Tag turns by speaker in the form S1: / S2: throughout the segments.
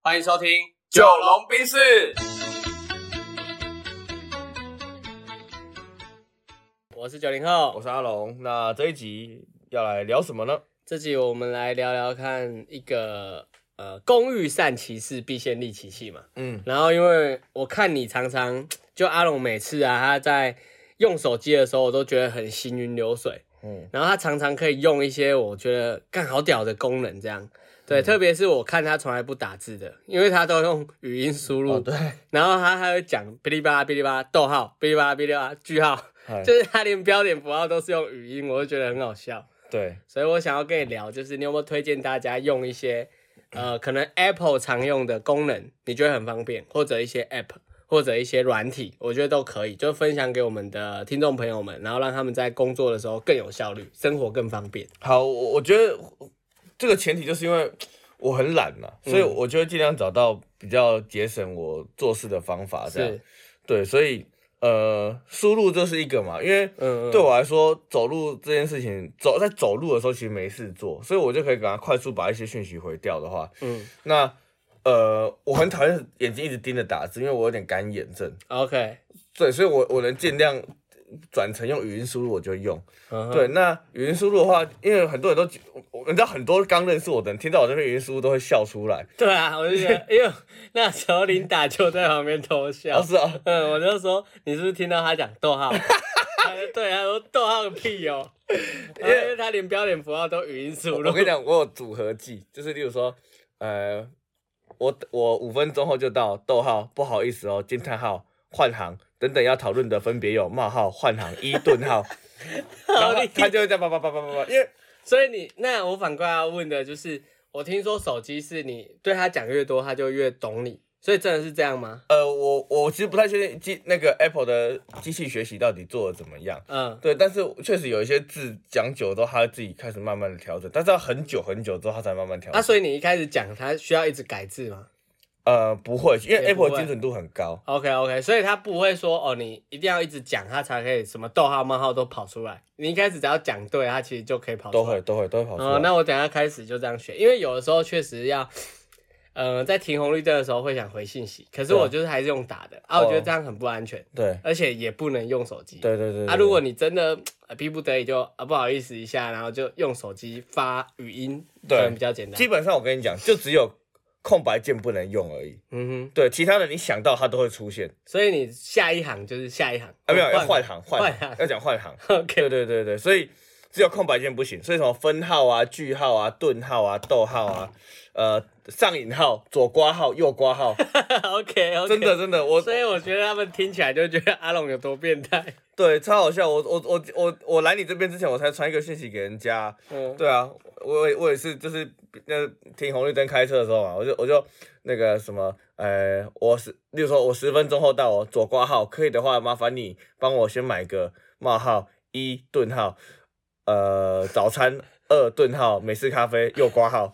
S1: 欢迎收听《
S2: 九龙冰室，
S1: 我是九零后
S2: 我。是阿龙。那这一集要来聊什么呢？
S1: 这集我们来聊聊看一个呃，工欲善其事，必先利其器嘛。
S2: 嗯，
S1: 然后因为我看你常常就阿龙每次啊，他在用手机的时候，我都觉得很行云流水。嗯
S2: 嗯，
S1: 然后他常常可以用一些我觉得干好屌的功能，这样。
S2: 嗯
S1: 对，特别是我看他从来不打字的，因为他都用语音输入，
S2: 哦对，
S1: 然后他还会讲哔哩吧啦哔哩吧啦逗号哔哩吧啦哔哩吧啦句号，
S2: 哎
S1: 就是他连标点符号都是用语音，我就觉得很好笑。
S2: 对，
S1: 所以我想要跟你聊，就是你有没有推荐大家用一些呃，可能 Apple 常用的功能，你觉得很方便，或者一些 App，或者一些软体，我觉得都可以，就分享给我们的听众朋友们，然后让他们在工作的时候更有效率，生活更方便。
S2: 好，我我觉得这个前提就是因为我很懒嘛，所以我就会尽量找到比较节省我做事的方法，这样
S1: 是，
S2: 对，所以呃，输入这是一个嘛，因为
S1: 嗯嗯
S2: 对我来说，走路这件事情，走在走路的时候其实没事做，所以我就可以赶快快速把一些讯息回掉的话，
S1: 嗯
S2: 那呃，我很讨厌眼睛一直盯着打字，因为我有点干眼症。
S1: ，OK，
S2: 对，所以我我能尽量转成用语音输入，我就用。
S1: 嗯哼，
S2: 对，那语音输入的话，因为很多人都觉，我我你知道很多刚认识我的人听到我这边语音输入都会笑出来。
S1: 对啊，我就 觉得，哎呦，那时候林打球在旁边偷笑
S2: 老，师啊，
S1: 嗯，我就说你是不是听到他讲逗号？ 他就对，他说逗号个屁哦、 因为他连标点符号都语音输入
S2: 我跟。你讲，我有组合技，就是例如说，呃，我我五分钟后就到，逗号，不好意思哦，惊叹号，换行等等要讨论的分别有冒号、换行、一顿 号，然后
S1: 好厉害
S2: 他就会这样叭叭叭叭叭叭，因为
S1: 所以你那我反过来要问的就是，我听说手机是你对他讲越多，他就越懂你，所以真的是这样吗？
S2: 呃，我我其实不太确定机那个 Apple 的机器学习到底做的怎么样。
S1: 嗯，
S2: 对，但是确实有一些字讲久了之后，他自己开始慢慢的调整，但是要很久很久之后，他才慢慢调整。
S1: 啊，所以你一开始讲他需要一直改字吗
S2: 呃，不会，因为
S1: 也不会
S2: Apple 精准度很高。
S1: ？OK OK，所以他不会说哦，你一定要一直讲，他才可以什么逗号、冒号都跑出来。你一开始只要讲对，他其实就可以跑出
S2: 都
S1: 来。
S2: 会都会都会跑出来。
S1: 哦，那我等一下开始就这样学，因为有的时候确实要，呃，在停红绿灯的时候会想回信息，可是
S2: 对啊
S1: 我就是还是用打的啊，我觉得这样很不安全，
S2: 对
S1: 而且也不能用手机。
S2: 对对对
S1: 啊，
S2: 对
S1: 如果你真的呃逼不得已就啊不好意思一下，然后就用手机发语音，可
S2: 对
S1: 能比较简单
S2: 基。本上我跟你讲，就只有空白键不能用而已。
S1: 嗯哼，
S2: 对，其他的你想到它都会出现。
S1: 所以你下一行就是下一行
S2: 啊，没有要换行，
S1: 换
S2: 换
S1: 行
S2: 行要讲换行。
S1: OK，
S2: 对 对对对，所以只有空白键不行，所以什么分号啊、句号啊、顿号啊、逗号啊、呃上引号、左括号、右括号，
S1: OK OK，
S2: 真的。真的，我
S1: 所以我觉得他们听起来就觉得阿龙有多变 态。
S2: 对，超好笑！我我我我我来你这边之前，我才传一个讯息给人家。
S1: 嗯，
S2: 对啊，我也我也是，就是那停红绿灯开车的时候嘛，我就我就那个什么，呃，我十，例如说我十分钟后到哦，我左挂号，可以的话，麻烦你帮我先买个冒号一顿号，呃，早餐二顿号美式咖啡右挂号，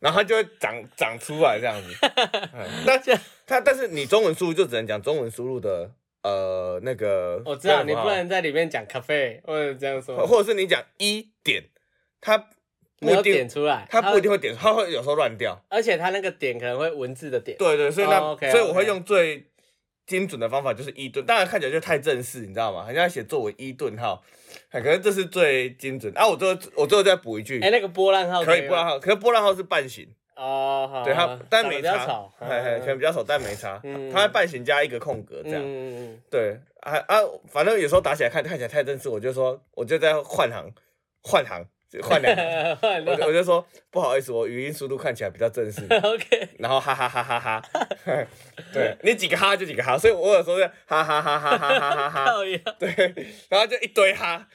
S2: 然后它就会长长出来这样子。 嗯但
S1: 这样
S2: 它但是你中文输入就只能讲中文输入的呃那个，
S1: 我知道你不。能在里面讲咖啡，或者这样说。
S2: 或者是你讲一点，它不
S1: 没有
S2: 一
S1: 点
S2: 定，
S1: 出来，
S2: 它不一定会点，它会有时候乱掉。
S1: 而且它那个点可能会文字的点，
S2: 对对，所以那、
S1: 哦，OK，
S2: 所以我
S1: OK
S2: 会用最精准的方法，就是一顿。当然看起来就太正式，你知道吗？人家写作文一顿号，哎可是这是最精准。啊，我最后我最后再补一句，
S1: 哎、那个波浪号
S2: 可以
S1: 吗
S2: 波浪号，可是波浪号是半形，
S1: 哦，好，
S2: 对它
S1: 好，
S2: 但
S1: 长得
S2: 没
S1: 比较
S2: 差
S1: 吵，，
S2: 嘿嘿，可能比较少，但没差
S1: 嗯。
S2: 它半形加一个空格这
S1: 嗯
S2: 样。
S1: 嗯嗯
S2: 对啊啊，反正有时候打起来看看起来太正式，我就说我就在换行，换行就换 两行。
S1: 嗯， 换
S2: 我就
S1: 了
S2: 我就说 不好意思，我语音速度看起来比较正式，
S1: ，OK，
S2: 然后哈哈哈哈哈， 对 你几个哈就几个哈，所以我有时候是哈哈哈哈哈哈哈哈，
S1: 好呀，
S2: 对，然后就一堆哈，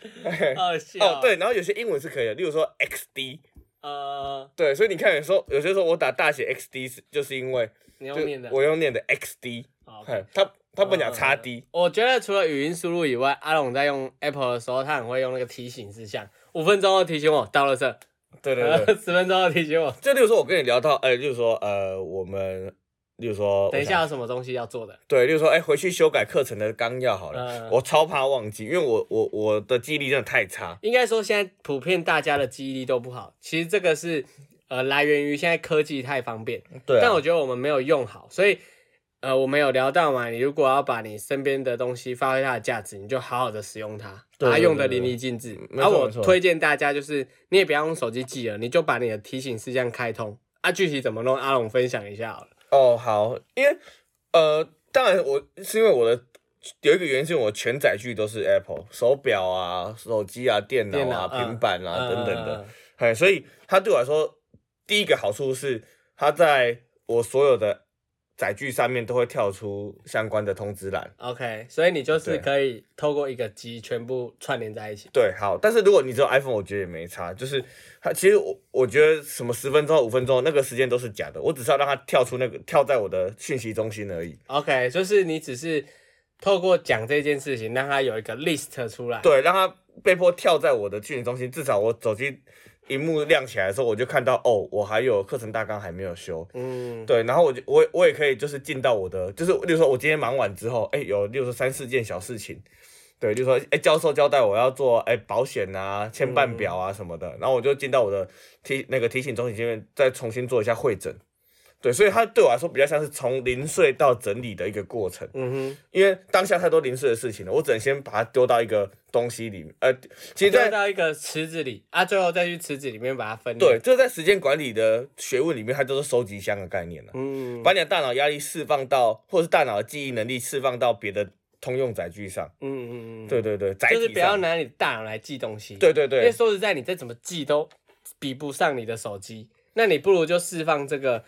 S1: 好笑，
S2: 哦对，，然后有些英文是可以的，例如说 X D，
S1: 呃，
S2: 对，所以你看有时候有些时候我打大写 X D 是就是因为
S1: 你
S2: 就
S1: 用念的，嗯
S2: 我用念的 X D，
S1: 好
S2: 嘿他他不讲叉 D，
S1: 我觉得除了语音输入以外，阿龙在用 Apple 的时候，他很会用那个提醒事项，五分钟后提醒我到了这，
S2: 对对对，
S1: 十分钟后提醒我，
S2: 就例如说我跟你聊到，哎，例如说呃我们。例如说，
S1: 等一
S2: 我想
S1: 下有什么东西要做的，
S2: 对，例如说，哎、回去修改课程的纲要好了，
S1: 嗯
S2: 我超怕忘记，因为我我我的记忆力真的太差。
S1: 应该说现在普遍大家的记忆力都不好，其实这个是呃来源于现在科技太方便，
S2: 对啊，
S1: 但我觉得我们没有用好，所以呃，我们有聊到嘛，你如果要把你身边的东西发挥它的价值，你就好好的使用它，
S2: 对
S1: 把它
S2: 对
S1: 用的
S2: 对
S1: 淋漓尽致。
S2: 没
S1: 然后
S2: 错
S1: 我
S2: 没错
S1: 推荐大家就是，你也不要用手机记了，你就把你的提醒事项开通啊，具体怎么弄，阿龙分享一下好了。
S2: 哦，好，因为呃，当然我是因为我的有一个原因，是我全载具都是 Apple 手表啊、手机啊、电脑
S1: 电脑
S2: 啊、
S1: 嗯
S2: 平板啊、等等的，
S1: 嗯，
S2: 哎，所以它对我来说第一个好处是，它在我所有的载具上面都会跳出相关的通知栏。
S1: 呃 OK，所以你就是
S2: 对
S1: 可以透过一个机全部串联在一起。
S2: 对，好，但是如果你只有 iPhone，我觉得也没差，就是它其实我我觉得什么十分钟、五分钟那个时间都是假的，我只是要让它跳出那个跳在我的讯息中心而已。
S1: OK，就是你只是透过讲这件事情，让它有一个 list 出来。
S2: 对，让它被迫跳在我的训练中心，至少我手机荧幕亮起来的时候，我就看到哦，我还有课程大纲还没有修。
S1: 嗯，
S2: 对，然后我就我我也可以就是进到我的，就是例如说我今天忙完之后，哎，有例如说三四件小事情，对，例如说哎教授交代我要做哎保险啊、签办表啊什么的，然后我就进到我的提那个提醒中心这边再重新做一下会诊。对，所以它对我来说比较像是从零碎到整理的一个过程。
S1: 嗯哼，
S2: 因为当下太多零碎的事情了，我只能先把它丢到一个东西里面。呃，其实
S1: 丢
S2: 在
S1: 到一个池子里啊，最后再去池子里面把它分。
S2: 对，，这在时间管理的学问里面，它就是收集箱的概念了、
S1: 嗯
S2: 把你的大脑压力释放到，或者是大脑的记忆能力释放到别的通用载具上。
S1: 嗯嗯嗯，
S2: 对对对，载体
S1: 就
S2: 上。
S1: 是不要拿你大脑来记东西。，
S2: 对对
S1: 因为
S2: 对
S1: 说实在，你再怎么记都比不上你的手机，那你不如就释放这个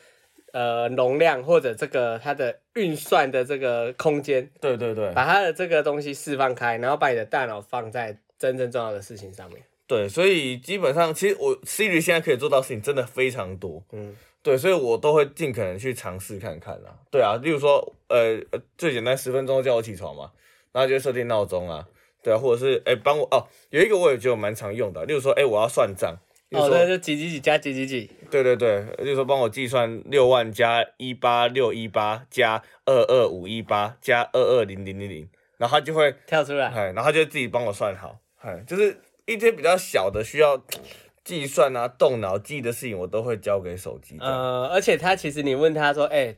S1: 呃容量或者这个它的运算的这个空间，
S2: 对对对
S1: 把它的这个东西释放开，然后把你的大脑放在真正重要的事情上面。
S2: 对，所以基本上，其实我 Siri 现在可以做到的事情真的非常多。
S1: 嗯，
S2: 对，所以我都会尽可能去尝试看看啦。对啊，例如说，呃，呃最简单十分钟叫我起床嘛，然后就会设定闹钟啊，对啊，或者是哎帮我哦，有一个我也觉得我蛮常用的，例如说哎我要算账，例如
S1: 哦，
S2: 说、
S1: 对，就几几几加几几几，
S2: 对对对，例如说帮我计算六万加一八六一八加二二五一八加二二零零零零，然后他就会
S1: 跳出来。
S2: 哎，然后他就会自己帮我算好，哎，就是一些比较小的需要计算啊、动脑记忆的事情，我都会交给手机这样。
S1: 呃，而且他其实你问他说，哎、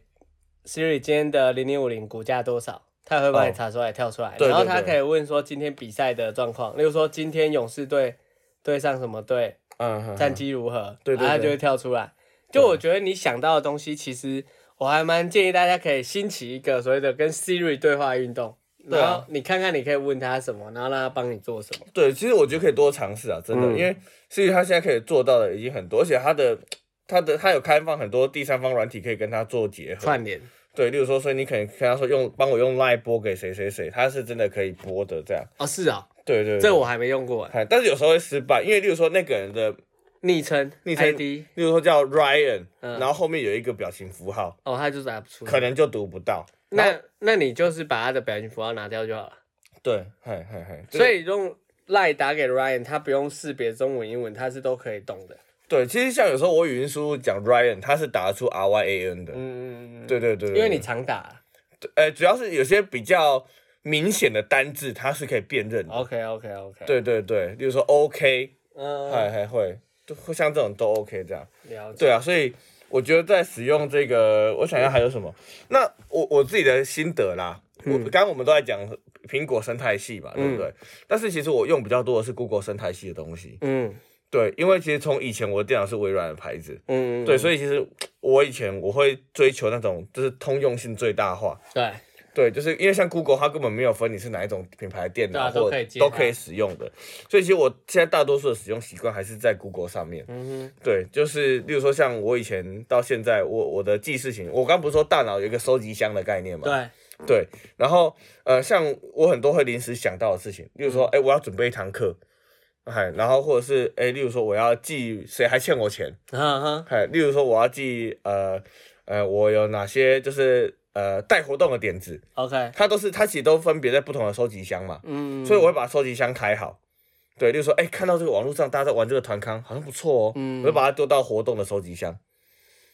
S1: s i r i 今天的零零五零股价多少？他会帮你
S2: 哦
S1: 查出来、跳出来，
S2: 对
S1: 然后
S2: 对
S1: 他
S2: 对
S1: 可以问说今天比赛的状况，例如说今天勇士队对上什么队，
S2: 嗯，哼哼
S1: 战绩如何，
S2: 对对
S1: 然后他
S2: 对
S1: 就会跳出来。就我觉得你想到的东西，其实我还蛮建议大家可以兴起一个所谓的跟 Siri 对话运动，
S2: 对啊
S1: 然后你看看你可以问他什么，然后让他帮你做什么。
S2: 对，其实我觉得可以多尝试啊，真的，
S1: 嗯
S2: 因为所以他现在可以做到的已经很多，而且他的他的他有开放很多第三方软体可以跟他做结合。
S1: 串联，
S2: 对，例如说，所以你可能跟他说用帮我用 Line 拨给谁谁谁，他是真的可以拨的这样。
S1: 哦，是啊、
S2: 对对对，
S1: 这我还没用过，
S2: 哎，但是有时候会失败，因为例如说那个人的，
S1: 昵称，
S2: 昵称
S1: ID，
S2: 例如说叫 Ryan，、
S1: 嗯
S2: 然后后面有一个表情符号，
S1: 哦，他就是打不出来
S2: 可能就读不到。
S1: 那那你就是把他的表情符号拿掉就好了。
S2: 对，嘿嘿嘿，这个
S1: 所以用赖打给 Ryan，他不用识别中文、英文，他是都可以懂的。
S2: 对，其实像有时候我语音输入讲 Ryan，他是打得出 R Y A N 的。
S1: 嗯嗯嗯，
S2: 对对对对
S1: 因为
S2: 对
S1: 你常打。
S2: 呃，主要是有些比较明显的单字，它是可以辨认的。
S1: OK OK OK。，
S2: 对对对，例如说 OK，还
S1: 嗯，
S2: 还会就会像这种都 OK 这样。
S1: 了解。
S2: 对啊，所以我觉得在使用这个，我想要还有什么？那我我自己的心得啦，
S1: 嗯
S2: 我刚刚我们都在讲苹果生态系嘛，对不对？但是其实我用比较多的是 Google 生态系的东西。
S1: 嗯
S2: 对，因为其实从以前我的电脑是微软的牌子。
S1: 嗯，嗯
S2: 对，所以其实我以前我会追求那种就是通用性最大化，
S1: 对，
S2: 对，就是因为像 Google，它根本没有分你是哪一种品牌的电
S1: 对啊
S2: 脑，
S1: 都
S2: 或
S1: 可以接
S2: 都
S1: 它
S2: 可以使用的。所以其实我现在大多数的使用习惯还是在 Google 上面。
S1: 嗯
S2: 对，就是例如说像我以前到现在，我我的记事情，我刚不是说大脑有一个收集箱的概念
S1: 哼，
S2: 嘛？
S1: 对，
S2: 对。然后呃，像我很多会临时想到的事情，例如
S1: 嗯
S2: 说，哎、我要准备一堂课，哎，然后或者是哎，例如说我要记谁还欠我钱，
S1: 哈哈，
S2: 哎，例如说我要记呃呃，我有哪些就是呃带活动的点子。
S1: OK，
S2: 它都是它其实都分别在不同的收集箱嘛，
S1: 嗯，
S2: 所以我会把收集箱开好。对，例如说，哎、看到这个网络上大家在玩这个团康，好像不错哦，
S1: 嗯
S2: 我就把它丢到活动的收集箱。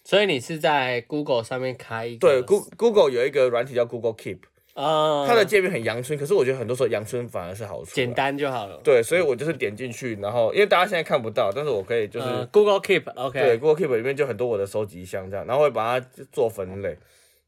S1: 所以你是在 Google 上面开一个
S2: 对，Google Google 有一个软体叫 Google Keep，
S1: 啊，
S2: 它的界面很阳春，可是我觉得很多时候阳春反而是好处。啊
S1: 简。单就好了。
S2: 对，所以我就是点进去，然后因为大家现在看不到，但是我可以就是、
S1: 呃 Google Keep
S2: 对
S1: OK，
S2: Google Keep 里面就很多我的收集箱这样，然后会把它做分类，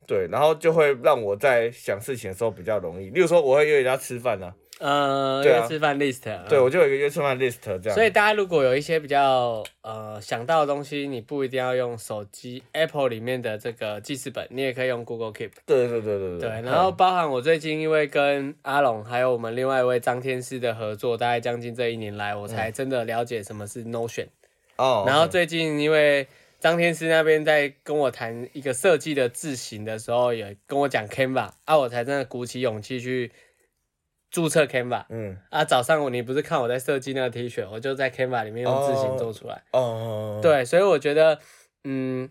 S2: 对，然后就会让我在想事情的时候比较容易。例如说，我会约人家吃饭呢、
S1: 呃，
S2: 对啊
S1: 约吃饭 list，啊
S2: 对我就有一个约吃饭 list 这样。
S1: 所以大家如果有一些比较呃想到的东西，你不一定要用手机 Apple 里面的这个记事本，你也可以用 Google Keep。
S2: 对对对对对
S1: 对
S2: 对，，
S1: 然后包含我最近因为跟阿龙还有我们另外一位张天师的合作，大概将近这一年来，我才真的了解什么是 Notion。
S2: 哦，
S1: 然后
S2: 嗯
S1: 最近因为张天师那边在跟我谈一个设计的字型的时候，也跟我讲 Canva，啊，我才真的鼓起勇气去注册 Canva。
S2: 嗯
S1: 啊，早上我你不是看我在设计那个 T 恤，我就在 Canva 里面用字型
S2: 哦
S1: 做出来。
S2: 哦哦，哦，
S1: 对，所以我觉得，嗯，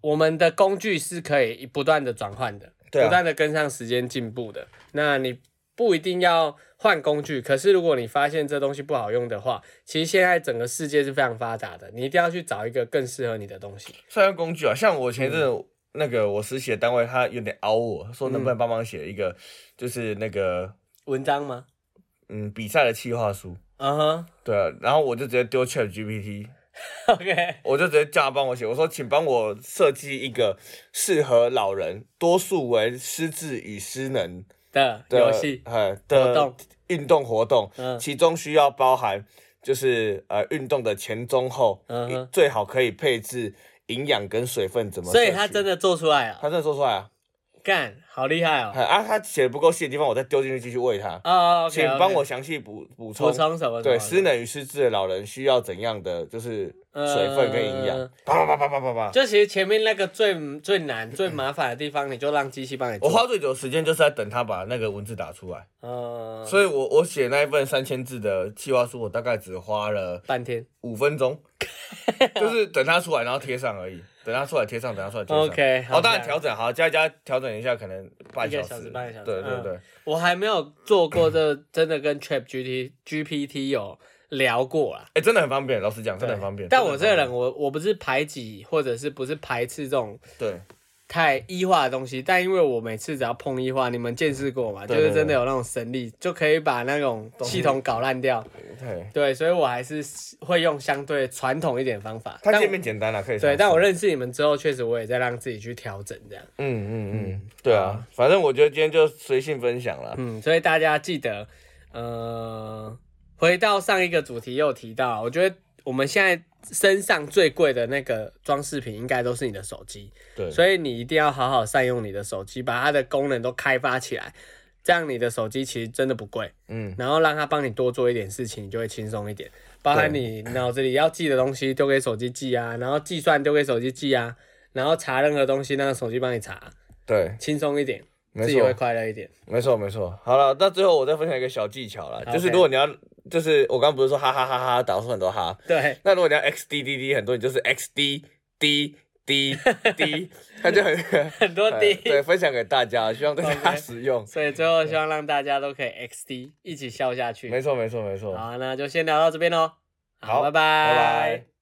S1: 我们的工具是可以不断的转换的，
S2: 对啊
S1: 不断的跟上时间进步的。那你不一定要换工具，可是如果你发现这东西不好用的话，其实现在整个世界是非常发达的，你一定要去找一个更适合你的东西。
S2: 算用工具啊，像我前阵
S1: 嗯
S2: 子那个我实习的单位，他有点熬我，说能不能帮忙写一个就是那个
S1: 文章吗？
S2: 嗯比赛的企划书。
S1: 嗯哼
S2: 对啊，然后我就直接丢 Chat GPT，
S1: ，OK，
S2: 我就直接叫他帮我写，我说请帮我设计一个适合老人、多数为失智与失能
S1: 的
S2: 的
S1: 游戏，
S2: 呃
S1: 活
S2: 的
S1: 动
S2: 运动活动，
S1: 嗯
S2: 其中需要包含就是呃运动的前、中、后，
S1: 嗯哼
S2: 最好可以配置营养跟水分怎么摄
S1: 所
S2: 取。
S1: 以他真的做出来了，
S2: 他真的说出来啊，
S1: 干，好厉害哦！
S2: 哎啊，他写的不够细的地方，我再丢进去继续喂他，
S1: 啊，
S2: 请帮我详细补补充
S1: 补。充什么？
S2: 对，失能与失智的老人需要怎样的就是水分跟营养
S1: 呃？
S2: 叭叭叭叭叭叭叭。
S1: 就其实前面那个最 最难、最麻烦的地方，你就让机器帮你
S2: 我
S1: 做。
S2: 花最久的时间就是在等他把那个文字打出来，
S1: 嗯，
S2: 所以我我写那一份三千字的计划书，我大概只花了
S1: 半天。
S2: 五分钟，就是等他出来然后贴上而已，等他出来贴上，等他出来贴上。
S1: OK，好
S2: 哦，当然
S1: 这样
S2: 调整好，加一加调整一下，可能半
S1: 一个
S2: 小
S1: 小时
S2: 时，
S1: 半个小时
S2: 对对
S1: 嗯
S2: 对，
S1: 我还没有做过这，真的跟 Chat GPT GPT 有聊过啦，
S2: 哎，真的很方便，老实讲，真的很方便。
S1: 但我这
S2: 真
S1: 个
S2: 的很
S1: 人，我我不是排挤或者是不是排斥这种
S2: 方便
S1: 太医化的东西，但因为我每次只要碰医化，你们见识过嘛，就
S2: 对
S1: 是
S2: 对
S1: 真的有那种神力，就可以把那种系统搞烂掉。
S2: 对对，
S1: 对，所以我还是会用相对传统一点的方法。
S2: 它
S1: 但
S2: 界
S1: 我
S2: 面简单了，可以尝
S1: 对，
S2: 试。
S1: 但我认识你们之后，确实我也在让自己去调整这样。
S2: 嗯嗯嗯，对啊，反正我觉得今天就随性分享了。
S1: 嗯，所以大家记得，呃，回到上一个主题又提到，我觉得我们现在身上最贵的那个装饰品，应该都是你的手机，
S2: 对，
S1: 所以你一定要好好善用你的手机，把它的功能都开发起来，这样你的手机其实真的不贵，
S2: 嗯，
S1: 然后让它帮你多做一点事情，你就会轻松一点。包含
S2: 对
S1: 你脑子里要记的东西丢给手机记啊，然后计算丢给手机记啊，然后查任何东西让手机帮你查，
S2: 对，
S1: 轻松一点，
S2: 没
S1: 自己会
S2: 错，
S1: 快乐一点。
S2: 没错，没错。好了，那最后我再分享一个小技巧了，
S1: OK
S2: 就是如果你要，就是我刚刚不是说哈哈哈哈打出很多哈，
S1: 对。
S2: 那如果你要 X D D D 很多，你就是 X D D D D，它就很
S1: 很多 D
S2: 哎 对，分享给大家，希望大家
S1: OK
S2: 使用。
S1: 所以最后希望让大家都可以 XD 一起笑下去。
S2: 没错，没错，没错。
S1: 好，那就先聊到这边喽。
S2: 好
S1: 拜
S2: 拜拜